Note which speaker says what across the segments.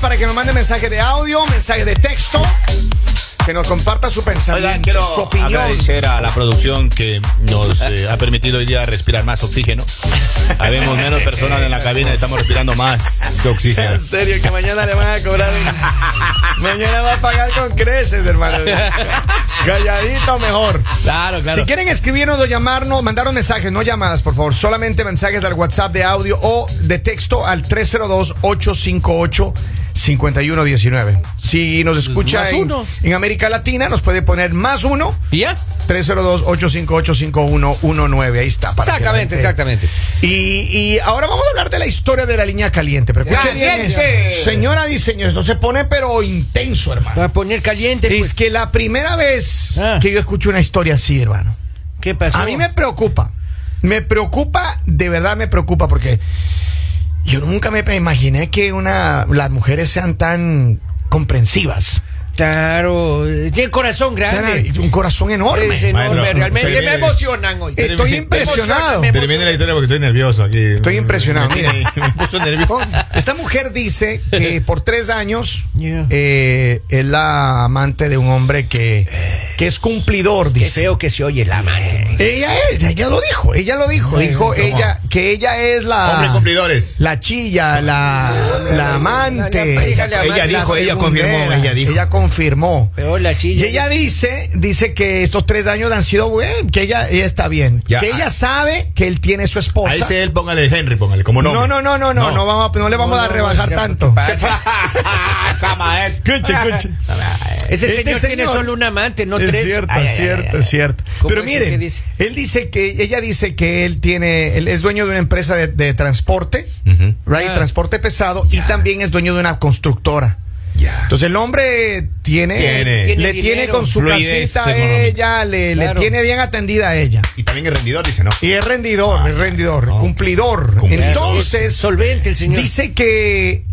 Speaker 1: para que nos mande mensaje de audio, mensaje de texto. Que nos comparta su pensamiento,
Speaker 2: Oigan, quiero
Speaker 1: su opinión.
Speaker 2: agradecer a la producción que nos eh, ha permitido hoy día respirar más oxígeno. Habemos menos personas en la cabina y estamos respirando más oxígeno.
Speaker 3: En serio, que mañana le van a cobrar. un-
Speaker 1: Mañana va a pagar con creces, hermano. Calladito mejor.
Speaker 3: Claro, claro.
Speaker 1: Si quieren escribirnos o llamarnos, mandar un mensaje, no llamadas, por favor. Solamente mensajes al WhatsApp de audio o de texto al 302-858-5119. Si nos escucha
Speaker 3: Más
Speaker 1: en,
Speaker 3: uno.
Speaker 1: en América Latina, nos puede poner más uno.
Speaker 3: ¿Y ya?
Speaker 1: 302-858-5119. Ahí está. para que la
Speaker 3: Exactamente,
Speaker 1: gente-
Speaker 3: exactamente.
Speaker 1: Y, y ahora vamos a hablar de la historia de la línea caliente. Pero escuche bien esto.
Speaker 3: ¡Caliente!
Speaker 1: Señora y señores, esto se pone pero intenso, hermano.
Speaker 3: Para poner caliente.
Speaker 1: Es
Speaker 3: pues.
Speaker 1: que la primera vez
Speaker 3: Ah.
Speaker 1: que yo escucho una historia así, hermano.
Speaker 3: ¿Qué pasó?
Speaker 1: A mí me preocupa. Me preocupa, de verdad me preocupa, porque yo nunca me imaginé que una, las mujeres sean tan comprensivas.
Speaker 3: Claro, eh, tiene corazón grande.
Speaker 1: Tienen un corazón enorme.
Speaker 3: Es enorme,
Speaker 2: Maestro,
Speaker 3: realmente. Me
Speaker 2: usted viene-
Speaker 3: emocionan hoy.
Speaker 1: Estoy
Speaker 3: Me emocionan,
Speaker 1: impresionado.
Speaker 3: me emocionan.
Speaker 2: Termine la historia porque estoy nervioso aquí.
Speaker 1: Estoy impresionado,
Speaker 2: Me-
Speaker 1: mire.
Speaker 2: me puso nervioso.
Speaker 1: Esta mujer dice que por tres años
Speaker 3: Yeah.
Speaker 1: eh, es la amante de un hombre que, que es cumplidor,
Speaker 3: Qué
Speaker 1: dice.
Speaker 3: feo que se oye la madre.
Speaker 1: Ella es, ella lo dijo, ella lo dijo. Dijo
Speaker 2: ¿cómo?
Speaker 1: ella que ella es la.
Speaker 2: Hombres cumplidores.
Speaker 1: La chilla, la, la amante.
Speaker 3: La- la- dígale, amante.
Speaker 2: Ella dijo,
Speaker 1: La
Speaker 2: ella
Speaker 1: segundera.
Speaker 2: confirmó, ella dijo.
Speaker 1: Ella confirmó.
Speaker 3: Peor la
Speaker 1: Y
Speaker 3: chilla.
Speaker 1: ella dice, dice que estos tres años han sido bueno, que ella, ella está bien.
Speaker 2: Ya.
Speaker 1: que ella sabe que él tiene su esposa.
Speaker 2: A ese él póngale Henry, póngale como
Speaker 1: no,
Speaker 2: nombre.
Speaker 1: no, no, no, no, no, vamos, a- no le vamos
Speaker 3: No,
Speaker 1: a
Speaker 3: no,
Speaker 1: rebajar
Speaker 3: no,
Speaker 1: tanto.
Speaker 3: ¿qué pasa?
Speaker 2: Esa maestra.
Speaker 3: Ese
Speaker 1: Este
Speaker 3: señor, tiene
Speaker 1: señor-
Speaker 3: solo un amante, no
Speaker 1: es
Speaker 3: tres.
Speaker 1: cierto,
Speaker 3: Ay, ay,
Speaker 1: es
Speaker 3: ay,
Speaker 1: cierto,
Speaker 3: ay, ay.
Speaker 1: es cierto.
Speaker 3: ¿Cómo
Speaker 1: Pero
Speaker 3: es el que
Speaker 1: miren,
Speaker 3: dice?
Speaker 1: él dice que, ella dice que él tiene, él es dueño de una empresa de, de transporte,
Speaker 2: Ujú.
Speaker 1: right,
Speaker 3: Ah.
Speaker 1: transporte pesado, y también es dueño de una constructora.
Speaker 2: Ya.
Speaker 1: Entonces el hombre tiene,
Speaker 2: Tiene.
Speaker 1: le
Speaker 3: Tiene
Speaker 1: tiene
Speaker 3: dinero.
Speaker 1: con su
Speaker 2: Fluidez
Speaker 1: casita a
Speaker 2: económica.
Speaker 1: ella, le, le
Speaker 3: Claro.
Speaker 1: tiene bien atendida a ella.
Speaker 2: Y también es rendidor, dice, ¿no?
Speaker 1: Y es rendidor, es rendidor,
Speaker 3: Ah,
Speaker 2: ok.
Speaker 1: cumplidor.
Speaker 2: Cumplidor.
Speaker 1: Entonces,
Speaker 3: Solvente el señor.
Speaker 1: Dice que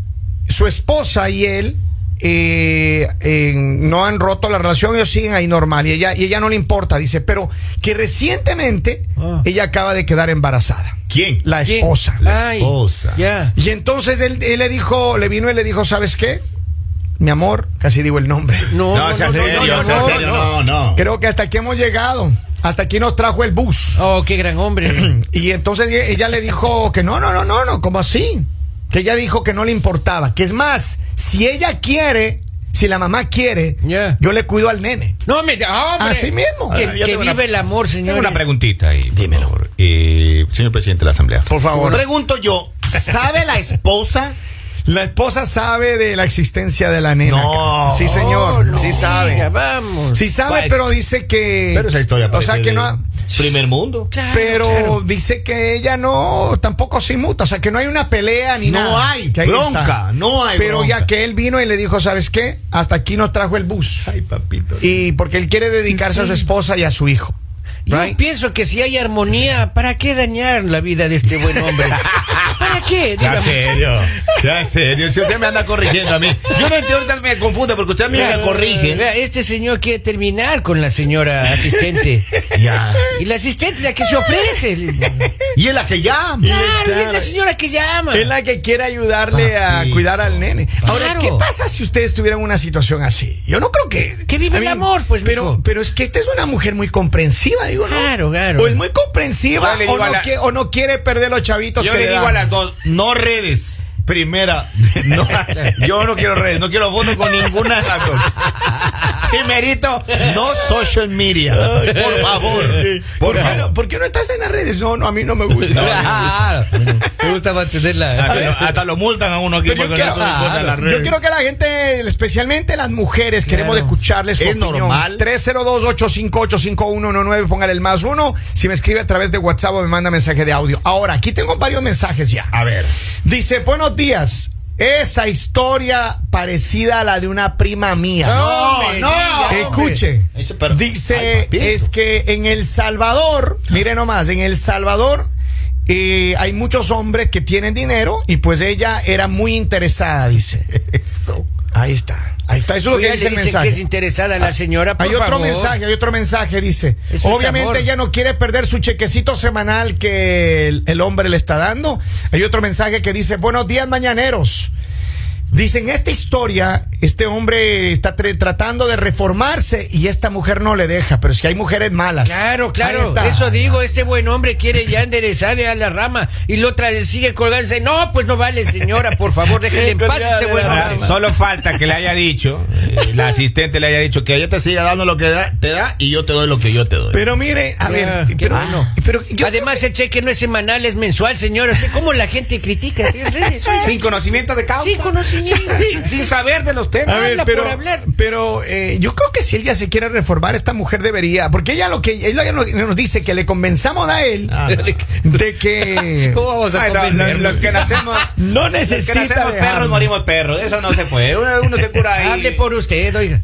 Speaker 1: su esposa y él eh, eh, no han roto la relación, ellos siguen ahí normal y ella, y ella no le importa, dice, pero que recientemente
Speaker 3: Ah.
Speaker 1: ella acaba de quedar embarazada.
Speaker 2: ¿Quién?
Speaker 1: La
Speaker 3: ¿Quién?
Speaker 1: esposa.
Speaker 2: La
Speaker 3: Ay,
Speaker 2: esposa.
Speaker 3: Ya.
Speaker 1: Y entonces él, él le dijo, le vino y le dijo, ¿sabes qué? Mi amor, casi digo el nombre.
Speaker 3: No,
Speaker 2: No,
Speaker 3: no,
Speaker 2: sea
Speaker 3: no, no,
Speaker 2: serio,
Speaker 3: no,
Speaker 2: sea
Speaker 3: no,
Speaker 2: serio,
Speaker 3: no.
Speaker 2: no, no.
Speaker 1: Creo que hasta aquí hemos llegado. Hasta aquí nos trajo el bus.
Speaker 3: Oh, qué gran hombre.
Speaker 1: Y entonces e- ella le dijo que no, no, no, no, no, ¿cómo así? Que ella dijo que no le importaba. Que es más, si ella quiere, si la mamá quiere,
Speaker 3: Ya.
Speaker 1: yo le cuido al nene.
Speaker 3: No, me. ah, hombre.
Speaker 1: Así mismo.
Speaker 3: Que,
Speaker 2: Ahora, yo
Speaker 3: que
Speaker 2: tengo
Speaker 3: vive
Speaker 2: una-
Speaker 3: el amor,
Speaker 2: Tengo
Speaker 3: señor.
Speaker 2: una preguntita ahí. Dímelo. señor presidente de la Asamblea.
Speaker 1: Por favor.
Speaker 2: Pregunto yo, ¿sabe la esposa?
Speaker 1: La esposa sabe de la existencia de la nena.
Speaker 2: No.
Speaker 1: Sí, señor. sí
Speaker 3: Ya,
Speaker 1: sabe.
Speaker 3: Oh, vamos.
Speaker 1: Sí sabe,
Speaker 2: Vale.
Speaker 1: pero dice que.
Speaker 2: Pero esa historia
Speaker 1: O sea,
Speaker 2: parece
Speaker 1: que
Speaker 2: de
Speaker 1: no. ha-
Speaker 2: Primer mundo.
Speaker 3: Claro,
Speaker 1: Pero
Speaker 3: claro.
Speaker 1: dice que ella no, tampoco se inmuta, o sea, que no hay una pelea ni
Speaker 2: No
Speaker 1: nada.
Speaker 2: hay
Speaker 1: que ahí
Speaker 2: bronca, no hay
Speaker 1: Pero ya
Speaker 2: bronca.
Speaker 1: que él vino y le dijo, ¿sabes qué? Hasta aquí nos trajo el bus.
Speaker 2: Ay, papito.
Speaker 1: Y porque él quiere dedicarse a su esposa y a su hijo.
Speaker 3: Yo
Speaker 1: Right?
Speaker 3: pienso que si hay armonía, ¿para qué dañar la vida de este buen hombre? ¿Para qué?
Speaker 2: Ya
Speaker 3: Dígame.
Speaker 2: serio, ya serio. Si usted me anda corrigiendo a mí. Yo no entiendo, ahorita me confunde porque usted a mí me corrige.
Speaker 3: Vea, Este señor quiere terminar con la señora asistente.
Speaker 2: Ya.
Speaker 3: Y la asistente es la que se ofrece.
Speaker 2: Y es la que ya.
Speaker 3: Claro, es la señora que llama.
Speaker 1: Es la que quiere ayudarle a
Speaker 2: Papito,
Speaker 1: cuidar al nene. Ahora,
Speaker 3: Claro.
Speaker 1: ¿qué pasa si ustedes tuvieran una situación así? Yo no creo que.
Speaker 3: Que
Speaker 1: I
Speaker 3: vive el
Speaker 1: mean,
Speaker 3: amor, pues,
Speaker 1: Pero,
Speaker 3: mijo.
Speaker 1: pero es que esta es una mujer muy comprensiva, digo, ¿no?
Speaker 3: Claro, claro.
Speaker 1: O es muy comprensiva
Speaker 2: Ahora le
Speaker 1: o
Speaker 2: digo
Speaker 1: no,
Speaker 2: a la-
Speaker 1: que- o no quiere perder los chavitos.
Speaker 2: Yo
Speaker 1: que
Speaker 2: le digo
Speaker 1: dan.
Speaker 2: a las dos, no redes. Primera, no, yo no quiero redes, no quiero fotos con ninguna de las dos. Primerito, no social media. Por favor.
Speaker 1: ¿Por,
Speaker 2: Por
Speaker 1: qué no,
Speaker 2: favor.
Speaker 1: por qué no estás en las redes? No, no, a mí no me gusta.
Speaker 3: Claro. Me gusta mantenerla.
Speaker 2: Hasta, hasta Ah, lo multan a uno aquí
Speaker 1: Pero yo
Speaker 2: porque
Speaker 1: quiero- ah,
Speaker 2: no se importan las redes.
Speaker 1: Yo quiero que la gente, especialmente las mujeres, queremos
Speaker 3: Claro.
Speaker 1: escucharles su
Speaker 2: Es
Speaker 1: opinión.
Speaker 2: normal.
Speaker 1: 302-858-5119, póngale el más uno. Si me escribe a través de WhatsApp o me manda mensaje de audio. Ahora, aquí tengo varios mensajes ya.
Speaker 2: A ver.
Speaker 1: Dice, buenos días. Esa historia parecida a la de una prima mía.
Speaker 3: No,
Speaker 1: no,
Speaker 3: no, hombre.
Speaker 1: escuche.
Speaker 2: Eso, pero- Ay,
Speaker 1: Dice,
Speaker 2: papito.
Speaker 1: es que en El Salvador, mire nomás, en El Salvador eh, hay muchos hombres que tienen dinero y pues ella era muy interesada, dice. Eso. Ahí está. Ahí está. Eso es lo
Speaker 3: Oye,
Speaker 1: que
Speaker 3: le
Speaker 1: dice el
Speaker 3: dicen
Speaker 1: mensaje.
Speaker 3: que es interesada la señora. Por
Speaker 1: Hay otro
Speaker 3: favor.
Speaker 1: mensaje, hay otro mensaje, dice.
Speaker 3: Eso es
Speaker 1: Obviamente
Speaker 3: amor.
Speaker 1: ella no quiere perder su chequecito semanal que el, el hombre le está dando. Hay otro mensaje que dice, buenos días mañaneros. Dicen, esta historia, este hombre está tre- tratando de reformarse y esta mujer no le deja, pero es que hay mujeres malas.
Speaker 3: Claro,
Speaker 1: Ahí
Speaker 3: claro.
Speaker 1: está.
Speaker 3: Eso digo, este buen hombre quiere ya enderezarle a la rama y la otra le sigue colgándose. No, pues no vale, señora, por favor, déjele en paz a este buen
Speaker 2: Ah,
Speaker 3: hombre.
Speaker 2: Solo falta que le haya dicho, eh, la asistente le haya dicho que ella te siga dando lo que da- te da y yo te doy lo que yo te doy.
Speaker 1: Pero mire, a
Speaker 3: Ah,
Speaker 1: ver,
Speaker 3: qué
Speaker 1: pero,
Speaker 3: bueno.
Speaker 1: pero yo-
Speaker 3: Además, el cheque no es semanal, es mensual, señora. Usted, ¿Cómo la gente critica? Sí, redes, oiga.
Speaker 2: sin conocimiento de causa.
Speaker 3: Sin conocimiento.
Speaker 2: Sin, sin saber de los temas.
Speaker 1: a ver,
Speaker 3: habla
Speaker 1: pero,
Speaker 3: por hablar.
Speaker 1: pero eh, yo creo que si ella se quiere reformar, esta mujer debería, porque ella lo que ella lo que nos dice que le convenzamos a él
Speaker 2: Ah,
Speaker 3: no.
Speaker 1: de que
Speaker 3: ¿Cómo vamos a
Speaker 2: Eh, Ay, no,
Speaker 3: convencerlo?
Speaker 2: los que nacemos,
Speaker 1: no
Speaker 2: los que
Speaker 1: necesita
Speaker 2: nacemos
Speaker 1: dejarlo.
Speaker 2: perros morimos perros. Eso no se puede. Uno, uno se cura ahí.
Speaker 3: Hable por usted, oiga.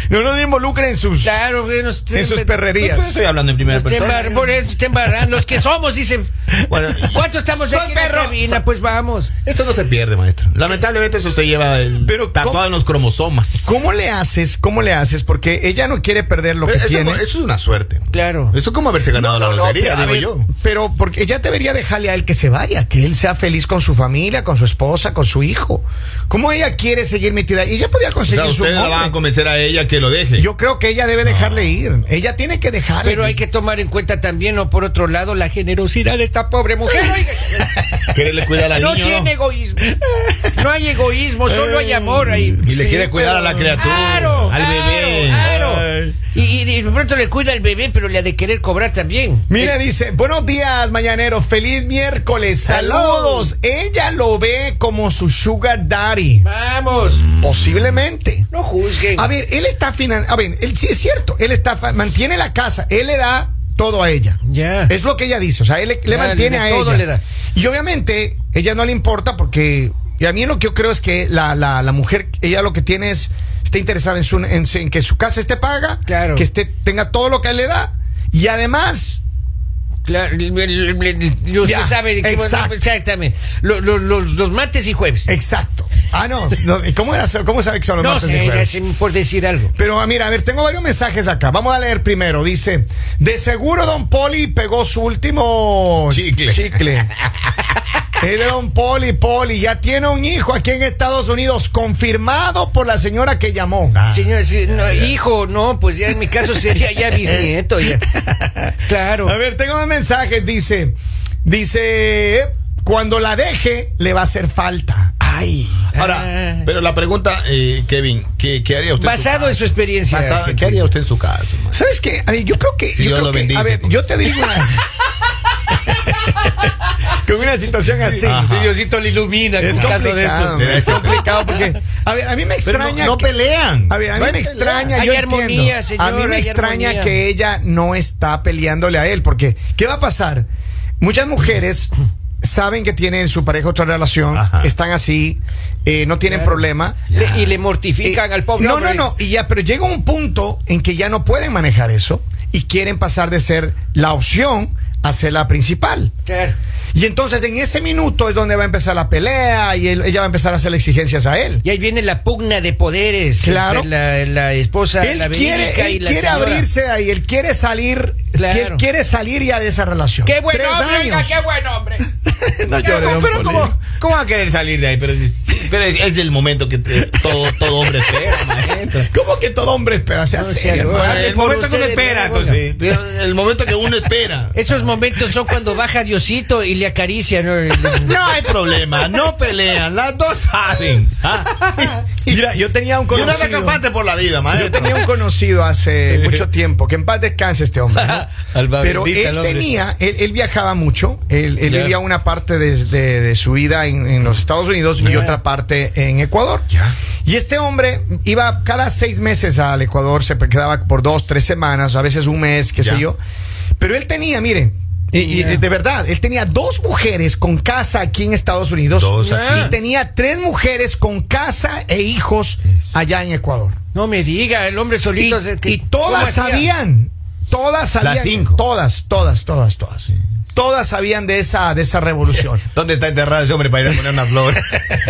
Speaker 1: no nos involucren en sus
Speaker 3: Claro, que nos-
Speaker 1: en sus
Speaker 2: Yo
Speaker 1: perrerías.
Speaker 2: estoy hablando en primera
Speaker 3: Usted
Speaker 2: persona.
Speaker 3: embar- por eso usted embarra- los que somos, dicen. Bueno, ¿cuántos estamos de
Speaker 2: Soy
Speaker 3: aquí en la
Speaker 2: perro.
Speaker 3: cabina?
Speaker 2: Soy-
Speaker 3: Pues vamos.
Speaker 2: Eso no se pierde, maestro. Lamentablemente eso se lleva el-
Speaker 1: Pero,
Speaker 2: tatuado
Speaker 1: ¿cómo?
Speaker 2: en los cromosomas.
Speaker 1: ¿Cómo le haces? ¿Cómo le haces? Porque ella no quiere perder lo
Speaker 2: Pero
Speaker 1: que
Speaker 2: eso,
Speaker 1: tiene.
Speaker 2: eso es una suerte.
Speaker 3: Claro.
Speaker 2: Eso es como haberse ganado la
Speaker 1: No,
Speaker 2: lotería,
Speaker 1: pero, a
Speaker 2: digo
Speaker 1: ver,
Speaker 2: yo.
Speaker 1: pero porque ella debería dejarle a él que se vaya, que él sea feliz con su familia, con su esposa, con su hijo. ¿Cómo ella quiere seguir metida? Y ella podía
Speaker 2: O
Speaker 1: conseguir
Speaker 2: sea,
Speaker 1: su
Speaker 2: ustedes la van a
Speaker 1: hombre.
Speaker 2: convencer a ella que lo deje.
Speaker 1: Yo creo que ella debe dejarle ir. Ella tiene que dejarle.
Speaker 3: Pero hay que tomar en cuenta también, o por otro lado, la generosidad de esta pobre mujer. oiga.
Speaker 2: Quererle cuidar al
Speaker 3: No
Speaker 2: niño.
Speaker 3: tiene egoísmo. No hay egoísmo, solo hay amor ahí.
Speaker 2: Y le quiere cuidar a la criatura.
Speaker 3: Claro,
Speaker 2: al
Speaker 3: claro,
Speaker 2: bebé.
Speaker 3: claro. Y, y de pronto le cuida al bebé, pero le ha de querer cobrar también.
Speaker 2: Eh.
Speaker 1: Mira, dice, buenos días, mañanero, feliz miércoles, saludos. Ella lo ve como su sugar daddy,
Speaker 3: Vamos,
Speaker 1: posiblemente.
Speaker 3: no juzguen.
Speaker 1: A ver, él está finan, a ver, él sí es cierto, él está fa- mantiene la casa, él le da todo a ella.
Speaker 3: Ya.
Speaker 1: Es lo que ella dice, o sea, él le, le
Speaker 3: Ya,
Speaker 1: mantiene
Speaker 3: le-
Speaker 1: a
Speaker 3: todo
Speaker 1: ella.
Speaker 3: le da.
Speaker 1: Y obviamente, ella no le importa porque y a mí lo que yo creo es que la, la, la mujer, ella lo que tiene es está interesada en, su, en, en que su casa esté paga,
Speaker 3: Claro.
Speaker 1: que esté tenga todo lo que él le da y además
Speaker 3: Claro, el- el- el- usted
Speaker 1: Ya,
Speaker 3: sabe de qué-
Speaker 1: exacto.
Speaker 3: exactamente. Lo- lo- los, los martes y jueves.
Speaker 1: Exacto. Ah, no. no, ¿y ¿Cómo, era, cómo sabe que son los
Speaker 3: no
Speaker 1: martes y
Speaker 3: sé,
Speaker 1: jueves?
Speaker 3: es por decir algo.
Speaker 1: Pero ah, mira, a ver, tengo varios mensajes acá. Vamos a leer primero. Dice, de seguro Don Poli pegó su último
Speaker 2: Chicle.
Speaker 1: chicle. Él es Don Poli, Poli. Ya tiene un hijo aquí en Estados Unidos, confirmado por la señora que llamó.
Speaker 2: Ah.
Speaker 3: Señor, sí, no, hijo, no, pues ya en mi caso sería ya bisnieto. Ya. Claro.
Speaker 1: A ver, tengo más mensajes. Dice, dice, cuando la deje, le va a hacer falta. Ay.
Speaker 2: Ahora,
Speaker 3: Ah.
Speaker 2: pero la pregunta, eh, Kevin, ¿qué, qué haría usted?
Speaker 3: Basado en su experiencia.
Speaker 2: Basado- ¿Qué haría usted en su caso? maestro?
Speaker 1: ¿Sabes qué? A ver, yo creo que.
Speaker 2: Si
Speaker 1: yo
Speaker 2: Dios
Speaker 1: creo
Speaker 2: lo
Speaker 1: que-
Speaker 2: bendice,
Speaker 1: a ver,
Speaker 2: con-
Speaker 1: yo te digo una. con una situación así.
Speaker 2: Ajá.
Speaker 3: Si Diosito le ilumina
Speaker 1: Es
Speaker 3: con caso de
Speaker 1: complicado,
Speaker 3: estos.
Speaker 1: mira, es complicado porque a ver, a mí me
Speaker 2: Pero
Speaker 1: extraña
Speaker 2: no, no
Speaker 1: que-
Speaker 2: pelean.
Speaker 1: a ver, a mí
Speaker 2: No hay
Speaker 1: me
Speaker 2: pelea.
Speaker 1: extraña,
Speaker 3: Hay
Speaker 1: yo
Speaker 3: armonía,
Speaker 1: entiendo.
Speaker 3: señor,
Speaker 1: a mí me
Speaker 3: hay
Speaker 1: extraña
Speaker 3: armonía.
Speaker 1: que ella no está peleándole a él, porque ¿qué va a pasar? Muchas mujeres saben que tienen su pareja otra relación,
Speaker 2: Ajá.
Speaker 1: están así, eh, no tienen problema.
Speaker 3: Le- y le mortifican
Speaker 1: Eh,
Speaker 3: al pobre
Speaker 1: No,
Speaker 3: hombre.
Speaker 1: no, no. Y ya, pero llega un punto en que ya no pueden manejar eso y quieren pasar de ser la opción a ser la principal.
Speaker 3: Claro.
Speaker 1: Y entonces en ese minuto es donde va a empezar la pelea y él- ella va a empezar a hacer exigencias a él.
Speaker 3: Y ahí viene la pugna de poderes.
Speaker 1: Claro.
Speaker 3: entre La, la esposa,
Speaker 1: Él
Speaker 3: la
Speaker 1: quiere,
Speaker 3: verídica y
Speaker 1: él
Speaker 3: la
Speaker 1: quiere
Speaker 3: señora.
Speaker 1: abrirse de ahí, él quiere salir,
Speaker 3: Claro.
Speaker 1: que él quiere salir ya de esa relación.
Speaker 3: ¡Qué buen
Speaker 1: Tres
Speaker 3: hombre! oiga,
Speaker 1: años.
Speaker 3: ¡Qué buen hombre!
Speaker 2: No
Speaker 3: Ya,
Speaker 2: llore,
Speaker 3: pero
Speaker 2: don Poli.
Speaker 3: como-
Speaker 2: ¿Cómo va a querer salir de ahí? Pero, sí, pero es, es el momento que te- todo, todo hombre espera, maestro.
Speaker 1: ¿Cómo que todo hombre espera? Sea
Speaker 3: No,
Speaker 1: serio,
Speaker 3: sea,
Speaker 1: hermano.
Speaker 3: no,
Speaker 2: Bueno,
Speaker 3: hable
Speaker 2: el
Speaker 3: por
Speaker 2: momento que uno
Speaker 3: usted,
Speaker 2: espera,
Speaker 3: pero
Speaker 2: entonces. Pero El momento que uno espera.
Speaker 3: Esos momentos son cuando baja Diosito y le acaricia. ¿no?
Speaker 2: No hay problema, no pelean, las dos saben. ¿ah?
Speaker 1: Mira, yo tenía un
Speaker 2: Y una
Speaker 1: conocido.
Speaker 2: escapante por la vida, maestro.
Speaker 1: Yo tenía un conocido hace mucho tiempo, que en paz descanse este hombre. ¿no?
Speaker 3: Alba
Speaker 1: Pero él
Speaker 3: bendita el hombre.
Speaker 1: tenía, él, él viajaba mucho, él, él
Speaker 3: Ya.
Speaker 1: vivía una parte de, de- de su vida en, en los Estados Unidos y
Speaker 3: Ya.
Speaker 1: otra parte en Ecuador. Y este hombre iba cada seis meses al Ecuador, se quedaba por dos, tres semanas, a veces un mes, qué
Speaker 2: Ya.
Speaker 1: sé yo. Pero él tenía, miren, y, y
Speaker 3: Ya.
Speaker 1: de verdad, él tenía dos mujeres con casa aquí en Estados Unidos
Speaker 2: Dos
Speaker 3: aquí.
Speaker 1: y tenía tres mujeres con casa e hijos allá en Ecuador.
Speaker 3: No me diga, el hombre
Speaker 1: Y,
Speaker 3: solito. se- que-
Speaker 1: y
Speaker 3: ¿cómo
Speaker 1: todas
Speaker 3: hacía?
Speaker 1: sabían, todas sabían,
Speaker 2: cinco.
Speaker 1: todas, todas, todas, todas, todas sabían de esa, de esa revolución.
Speaker 2: ¿Dónde está enterrado ese hombre para ir a poner una flor?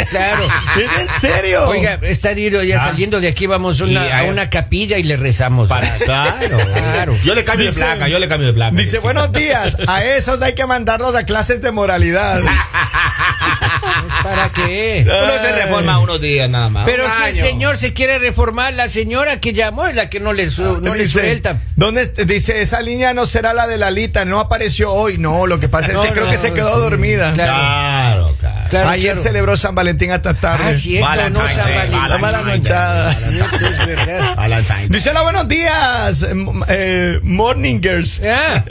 Speaker 3: Claro.
Speaker 1: ¿Es en serio?
Speaker 3: Oiga, está Diro ya
Speaker 2: Ah.
Speaker 3: saliendo de aquí, vamos a
Speaker 2: Y
Speaker 3: una,
Speaker 2: ahí-
Speaker 3: a una capilla y le rezamos.
Speaker 2: Para, claro.
Speaker 3: Claro.
Speaker 2: Yo le cambio
Speaker 1: Dice-
Speaker 2: de placa, yo le cambio de placa.
Speaker 1: Ah, Dice, buenos días, a esos hay que mandarlos a clases de moralidad.
Speaker 3: ¿Para qué?
Speaker 2: Uno se reforma unos días nada más.
Speaker 3: Pero
Speaker 2: Un
Speaker 3: si el
Speaker 2: año.
Speaker 3: señor se quiere reformar, la señora que llamó es la que no le, su- no
Speaker 1: Ah,
Speaker 3: le
Speaker 1: Dice,
Speaker 3: suelta.
Speaker 1: ¿Dónde est- dice esa línea no será la de la Lita? No apareció hoy. No, lo que pasa es
Speaker 3: No,
Speaker 1: que creo
Speaker 3: no,
Speaker 1: que se quedó
Speaker 3: sí,
Speaker 1: dormida.
Speaker 3: claro.
Speaker 2: Claro, claro.
Speaker 3: Claro,
Speaker 1: Ayer
Speaker 3: claro.
Speaker 1: celebró San Valentín hasta tarde.
Speaker 3: Ah, cierto, no
Speaker 2: Valentine's
Speaker 3: San
Speaker 2: Day,
Speaker 3: Valentín.
Speaker 1: La mala
Speaker 2: Valentine's
Speaker 1: manchada.
Speaker 2: Day,
Speaker 3: Cierto, es verdad.
Speaker 2: Valentine's Day.
Speaker 1: Dice hola, buenos días, m- eh, morningers.
Speaker 3: Ah,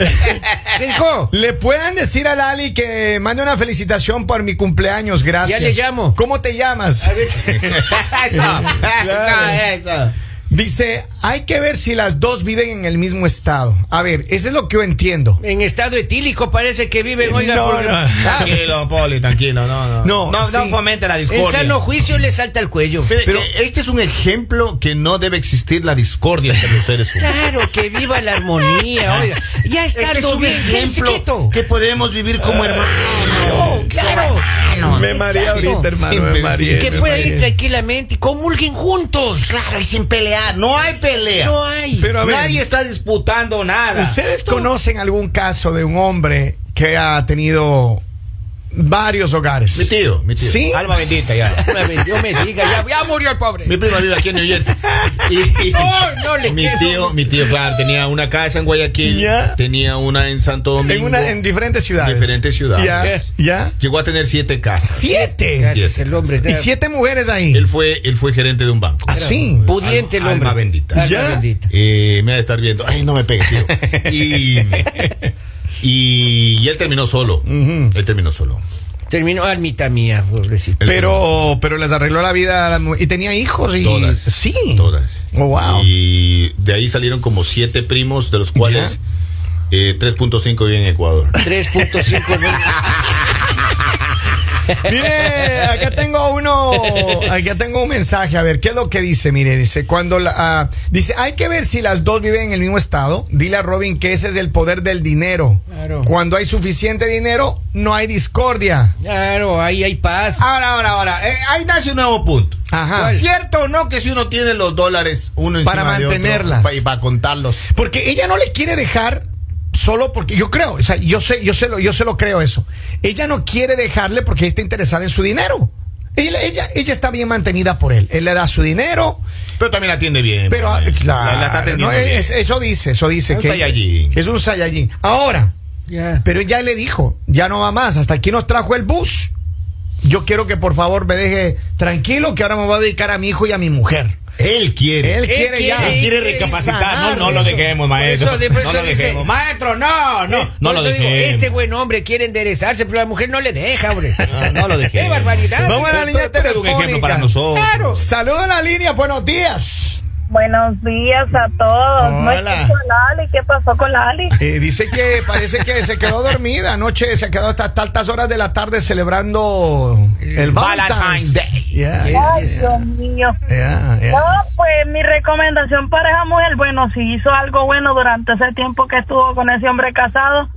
Speaker 3: ¿qué dijo?
Speaker 1: ¿Le pueden decir a Lali que mande una felicitación por mi cumpleaños? Gracias.
Speaker 3: Ya le llamo.
Speaker 1: ¿Cómo te llamas?
Speaker 3: A ver.
Speaker 2: eso, eso, eso.
Speaker 1: Dice, hay que ver si las dos viven en el mismo estado. A ver, eso es lo que yo entiendo.
Speaker 3: En estado etílico parece que viven, oiga,
Speaker 1: No,
Speaker 3: porque-
Speaker 1: no.
Speaker 3: Ah,
Speaker 2: Tranquilo, Poli, tranquilo. No,
Speaker 1: No,
Speaker 2: no. no,
Speaker 1: sí.
Speaker 2: fomente la
Speaker 3: en
Speaker 2: discordia.
Speaker 3: sano juicio le salta el cuello.
Speaker 2: Pero, eh, este es un ejemplo que no debe existir la discordia entre los seres humanos.
Speaker 3: Claro, que viva la armonía, oiga. Ya está
Speaker 2: Este es
Speaker 3: todo
Speaker 2: un
Speaker 3: bien, quédense
Speaker 2: ejemplo
Speaker 3: quieto.
Speaker 2: que podemos vivir
Speaker 1: Ah,
Speaker 2: como hermanos.
Speaker 3: Claro, claro.
Speaker 1: me mareé
Speaker 3: Exacto.
Speaker 1: ahorita, hermano.
Speaker 2: Siempre
Speaker 1: me mareé.
Speaker 3: Que
Speaker 1: me
Speaker 3: puedan
Speaker 1: mareé.
Speaker 3: ir tranquilamente y comulguen juntos.
Speaker 2: Claro, y sin pelear. No hay pelea.
Speaker 3: No hay.
Speaker 1: Pero a ver,
Speaker 2: Nadie está disputando nada.
Speaker 1: ¿ustedes conocen algún caso de un hombre que ha tenido varios hogares?
Speaker 2: Mi tío, mi tío.
Speaker 1: ¿Sí?
Speaker 2: Alma bendita ya.
Speaker 3: Dios me diga, ya, ya murió el pobre.
Speaker 2: Mi prima vive aquí en New Jersey. Y-
Speaker 1: Oh,
Speaker 3: No, no le
Speaker 2: mi
Speaker 3: quiero.
Speaker 2: tío, mi tío, claro, tenía una casa en Guayaquil,
Speaker 1: Ya.
Speaker 2: tenía una en Santo Domingo.
Speaker 1: En, una, en diferentes ciudades.
Speaker 2: Diferentes ciudades.
Speaker 1: ¿Ya? ¿Ya?
Speaker 2: Llegó a tener siete casas.
Speaker 1: ¡Siete!
Speaker 2: Sí, es.
Speaker 3: El hombre
Speaker 1: Y
Speaker 3: está
Speaker 1: siete mujeres ahí.
Speaker 2: Él fue, él fue gerente de un banco.
Speaker 1: Así.
Speaker 3: pudiente el
Speaker 2: Alma-
Speaker 3: hombre.
Speaker 2: alma bendita.
Speaker 3: Alma
Speaker 1: ¿Ya?
Speaker 3: bendita.
Speaker 2: Eh, me ha de estar viendo. Ay, no me pegue, tío. Y, y, y él terminó solo. Él terminó solo.
Speaker 3: Terminó almita mía, pobrecito.
Speaker 2: Él
Speaker 1: Pero, pero les arregló la vida a la mu- y tenía hijos y
Speaker 2: Todas.
Speaker 1: sí.
Speaker 2: Todas.
Speaker 1: Oh, wow.
Speaker 2: Y de ahí salieron como siete primos, de los cuales eh, 3.5 viven en Ecuador.
Speaker 3: 3.5 ¿no?
Speaker 1: Mire, acá tengo uno, acá tengo un mensaje, a ver, ¿qué es lo que dice? Mire, dice, cuando la, ah, dice, hay que ver si las dos viven en el mismo estado. Dile a Robin que ese es el poder del dinero.
Speaker 3: Claro.
Speaker 1: Cuando hay suficiente dinero, no hay discordia.
Speaker 3: Claro, ahí hay paz.
Speaker 2: Ahora, ahora, ahora. eh, ahí nace un nuevo punto.
Speaker 1: Ajá.
Speaker 2: ¿Es cierto o no que si uno tiene los dólares, uno
Speaker 1: Para
Speaker 2: encima de otro,
Speaker 1: mantenerlas.
Speaker 2: pa- y para contarlos?
Speaker 1: Porque ella no le quiere dejar solo porque yo creo, o sea, yo sé, yo sé lo, yo se lo creo eso. Ella no quiere dejarle porque está interesada en su dinero. Ella, ella, ella está bien mantenida por él. Él le da su dinero,
Speaker 2: Pero también atiende bien.
Speaker 1: pero ah,
Speaker 2: pues.
Speaker 1: claro,
Speaker 2: La, la está atendiendo
Speaker 1: no,
Speaker 2: bien.
Speaker 1: es- eso dice, eso dice
Speaker 2: Es un
Speaker 1: que
Speaker 2: Saiyajin.
Speaker 1: es un Saiyajin. Ahora,
Speaker 3: Ya.
Speaker 1: pero ya le dijo, ya no va más. Hasta aquí nos trajo el bus. Yo quiero que por favor me deje tranquilo, que ahora me voy a dedicar a mi hijo y a mi mujer.
Speaker 2: Él quiere.
Speaker 1: Él quiere ya.
Speaker 2: Él quiere recapacitar. No,
Speaker 1: sanar
Speaker 2: no lo
Speaker 1: eso.
Speaker 2: dejemos,
Speaker 3: Por eso
Speaker 2: maestro.
Speaker 3: de- por
Speaker 2: no
Speaker 3: eso
Speaker 2: lo
Speaker 3: dice-
Speaker 2: dejemos. Maestro, no, no.
Speaker 3: Es-
Speaker 2: no
Speaker 3: por
Speaker 2: lo
Speaker 3: eso digo,
Speaker 2: dejemos.
Speaker 3: Este buen hombre quiere enderezarse, pero la mujer no le deja, hombre.
Speaker 2: No, no lo dejemos.
Speaker 3: Qué barbaridad.
Speaker 1: Vamos a la
Speaker 2: Pero-
Speaker 1: línea
Speaker 2: pero es un ejemplo
Speaker 1: telefónica.
Speaker 2: para nosotros.
Speaker 3: Claro.
Speaker 1: Saludos a la línea, buenos días.
Speaker 4: Buenos días a todos. No
Speaker 1: Hola.
Speaker 4: escucho a Lali. ¿Qué pasó con Lali?
Speaker 1: Eh, dice que parece que se quedó dormida anoche, se quedó hasta tantas horas de la tarde celebrando el Valentine's
Speaker 2: Valentine's
Speaker 1: Day.
Speaker 2: Day.
Speaker 1: Yeah,
Speaker 3: Yes.
Speaker 4: Ay,
Speaker 3: es-
Speaker 4: Dios mío.
Speaker 1: yeah, yeah.
Speaker 4: No, pues mi recomendación para esa mujer, bueno, si hizo algo bueno durante ese tiempo que estuvo con ese hombre casado,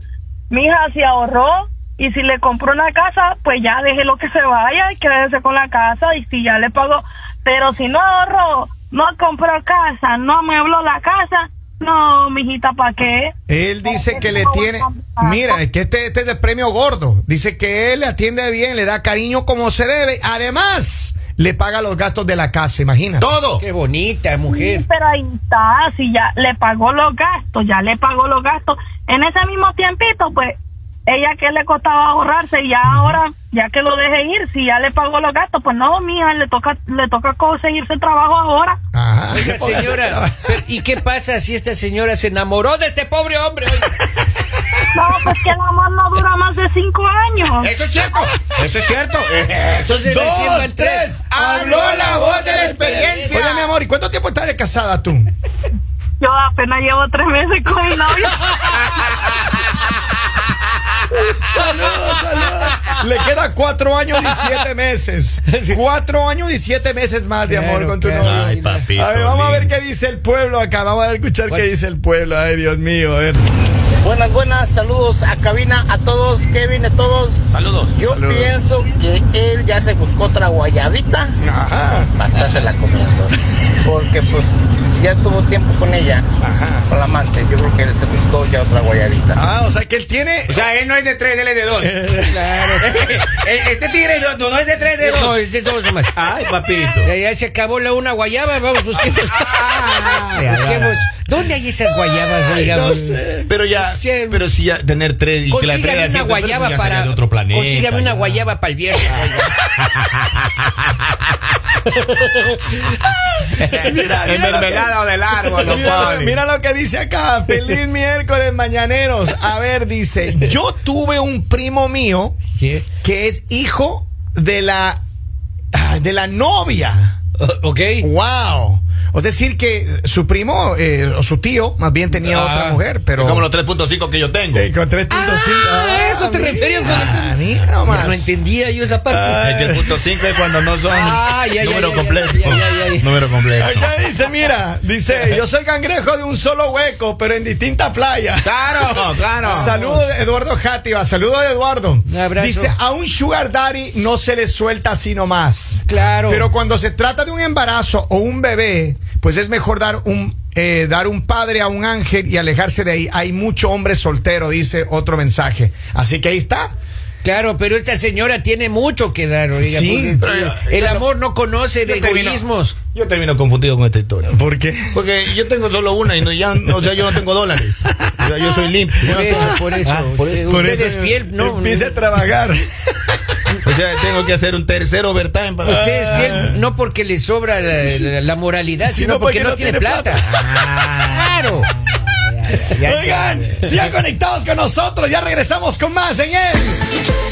Speaker 4: mi hija se ahorró y si le compró una casa, pues ya déjelo que se vaya y quédese con la casa y si ya le pagó. Pero si no ahorró, no compró casa, no amuebló la casa, no, mijita, ¿para qué?
Speaker 1: Él dice que le tiene. Mira, es que este, este es el premio gordo. Dice que él le atiende bien, le da cariño como se debe. Además, le paga los gastos de la casa, imagínate.
Speaker 2: Todo.
Speaker 3: Qué bonita
Speaker 4: Sí,
Speaker 3: mujer.
Speaker 4: pero ahí está, si ya le pagó los gastos, ya le pagó los gastos. En ese mismo tiempito, pues, ella que le costaba ahorrarse y ya ahora, ya que lo deje ir, si ya le pagó los gastos, pues no, mija, le toca, le toca conseguirse trabajo ahora.
Speaker 1: Ajá.
Speaker 3: Oiga, señora, pero, ¿y qué pasa si esta señora se enamoró de este pobre hombre? oiga?
Speaker 4: No, pues que el amor no dura más de cinco años.
Speaker 2: Eso es cierto. Eso es cierto.
Speaker 3: Entonces recién van tres.
Speaker 1: Oye, mi amor, ¿y cuánto tiempo estás de casada tú?
Speaker 4: Yo apenas llevo tres meses con mi novio.
Speaker 1: Le queda cuatro años y siete meses. Cuatro años y siete meses más de
Speaker 3: Claro,
Speaker 1: amor con tu
Speaker 3: claro.
Speaker 1: novio.
Speaker 2: Ay, papito
Speaker 1: A ver, vamos a ver
Speaker 2: lindo.
Speaker 1: qué dice el pueblo acá. Vamos a escuchar qué
Speaker 3: Bueno.
Speaker 1: dice el pueblo. Ay, Dios mío, a ver.
Speaker 5: Buenas, buenas, saludos a cabina, a todos, Kevin, a todos.
Speaker 2: Saludos.
Speaker 5: Yo
Speaker 1: Saludos.
Speaker 5: pienso que él ya se buscó otra guayabita
Speaker 1: Ajá.
Speaker 5: para estarse la comiendo. Porque pues si ya tuvo tiempo con ella,
Speaker 1: Ajá.
Speaker 5: con la amante, yo creo que él se buscó ya otra guayabita.
Speaker 1: Ah, o sea que él tiene.
Speaker 2: O sea, eh, él no es de tres, él es de dos. este tigre no, no es de tres, de dos.
Speaker 3: No, es de dos nomás.
Speaker 2: Ay, papito.
Speaker 3: Ya, ya se acabó la una guayaba, vamos, busquemos.
Speaker 2: ya, ya.
Speaker 3: busquemos. ¿Dónde hay esas guayabas, oiga?
Speaker 2: No sé. Pero ya,
Speaker 3: Sí.
Speaker 2: pero si ya tener tres y que la tres
Speaker 3: Consígame una
Speaker 2: asientos, pero eso
Speaker 3: guayaba
Speaker 2: ya sería
Speaker 3: para.
Speaker 2: de otro planeta.
Speaker 3: consígame una
Speaker 2: ya.
Speaker 3: guayaba para el viernes.
Speaker 2: En mermelada o del árbol, lo
Speaker 1: Mira,
Speaker 2: ponen.
Speaker 1: mira lo que dice acá. Feliz miércoles, mañaneros. A ver, dice: Yo tuve un primo mío
Speaker 3: ¿Qué?
Speaker 1: que es hijo de la. ah, de la novia.
Speaker 3: O- ok.
Speaker 1: ¡Wow! Es decir, que su primo, eh, o su tío, más bien tenía
Speaker 3: Ah.
Speaker 1: otra mujer, pero.
Speaker 2: Es como los 3.5 que yo tengo.
Speaker 1: Eh, con 3.5.
Speaker 3: Ah, ¿a eso te
Speaker 1: mira.
Speaker 3: referías con el tres-
Speaker 1: Ah, mira nomás.
Speaker 3: Ya no entendía yo esa parte.
Speaker 2: El que el punto 5 es cuando no son
Speaker 3: Ah, ya, ya,
Speaker 2: número
Speaker 3: ya, ya,
Speaker 2: completo.
Speaker 3: ya, ya, ya, ya.
Speaker 2: Número completo.
Speaker 1: Acá dice, mira, dice, yo soy cangrejo de un solo hueco, pero en distintas playas.
Speaker 2: Claro, claro.
Speaker 1: Saludos de Eduardo Játiva, saludos de Eduardo.
Speaker 3: Un abrazo.
Speaker 1: Dice, a un sugar daddy no se le suelta así nomás.
Speaker 3: Claro.
Speaker 1: Pero cuando se trata de un embarazo o un bebé, pues es mejor dar un eh, dar un padre a un ángel y alejarse de ahí. Hay mucho hombre soltero, dice otro mensaje. Así que ahí está.
Speaker 3: Claro, pero esta señora tiene mucho que dar, oiga.
Speaker 1: Sí.
Speaker 3: porque,
Speaker 2: Pero,
Speaker 3: sí, el amor no conoce de
Speaker 2: Yo termino-
Speaker 3: egoísmos.
Speaker 2: Yo termino confundido con esta historia.
Speaker 1: ¿Por qué?
Speaker 2: Porque yo tengo solo una y no, ya, o sea, yo no tengo dólares. O sea, yo soy limpio. Yo
Speaker 3: Por
Speaker 2: no
Speaker 3: eso,
Speaker 2: tengo-
Speaker 3: por eso.
Speaker 2: Ah, por
Speaker 3: usted
Speaker 2: eso.
Speaker 1: Por
Speaker 3: usted
Speaker 1: eso
Speaker 3: es fiel, no.
Speaker 1: Empieza a trabajar.
Speaker 2: O sea, tengo que hacer un tercer overtime para.
Speaker 3: Usted es fiel no porque le sobra la, la- la moralidad,
Speaker 1: Sino
Speaker 3: sino, porque,
Speaker 1: porque
Speaker 3: no,
Speaker 1: no
Speaker 3: tiene,
Speaker 1: tiene
Speaker 3: plata. Ah, claro.
Speaker 1: Oigan, sigan conectados con nosotros. Ya regresamos con más en él.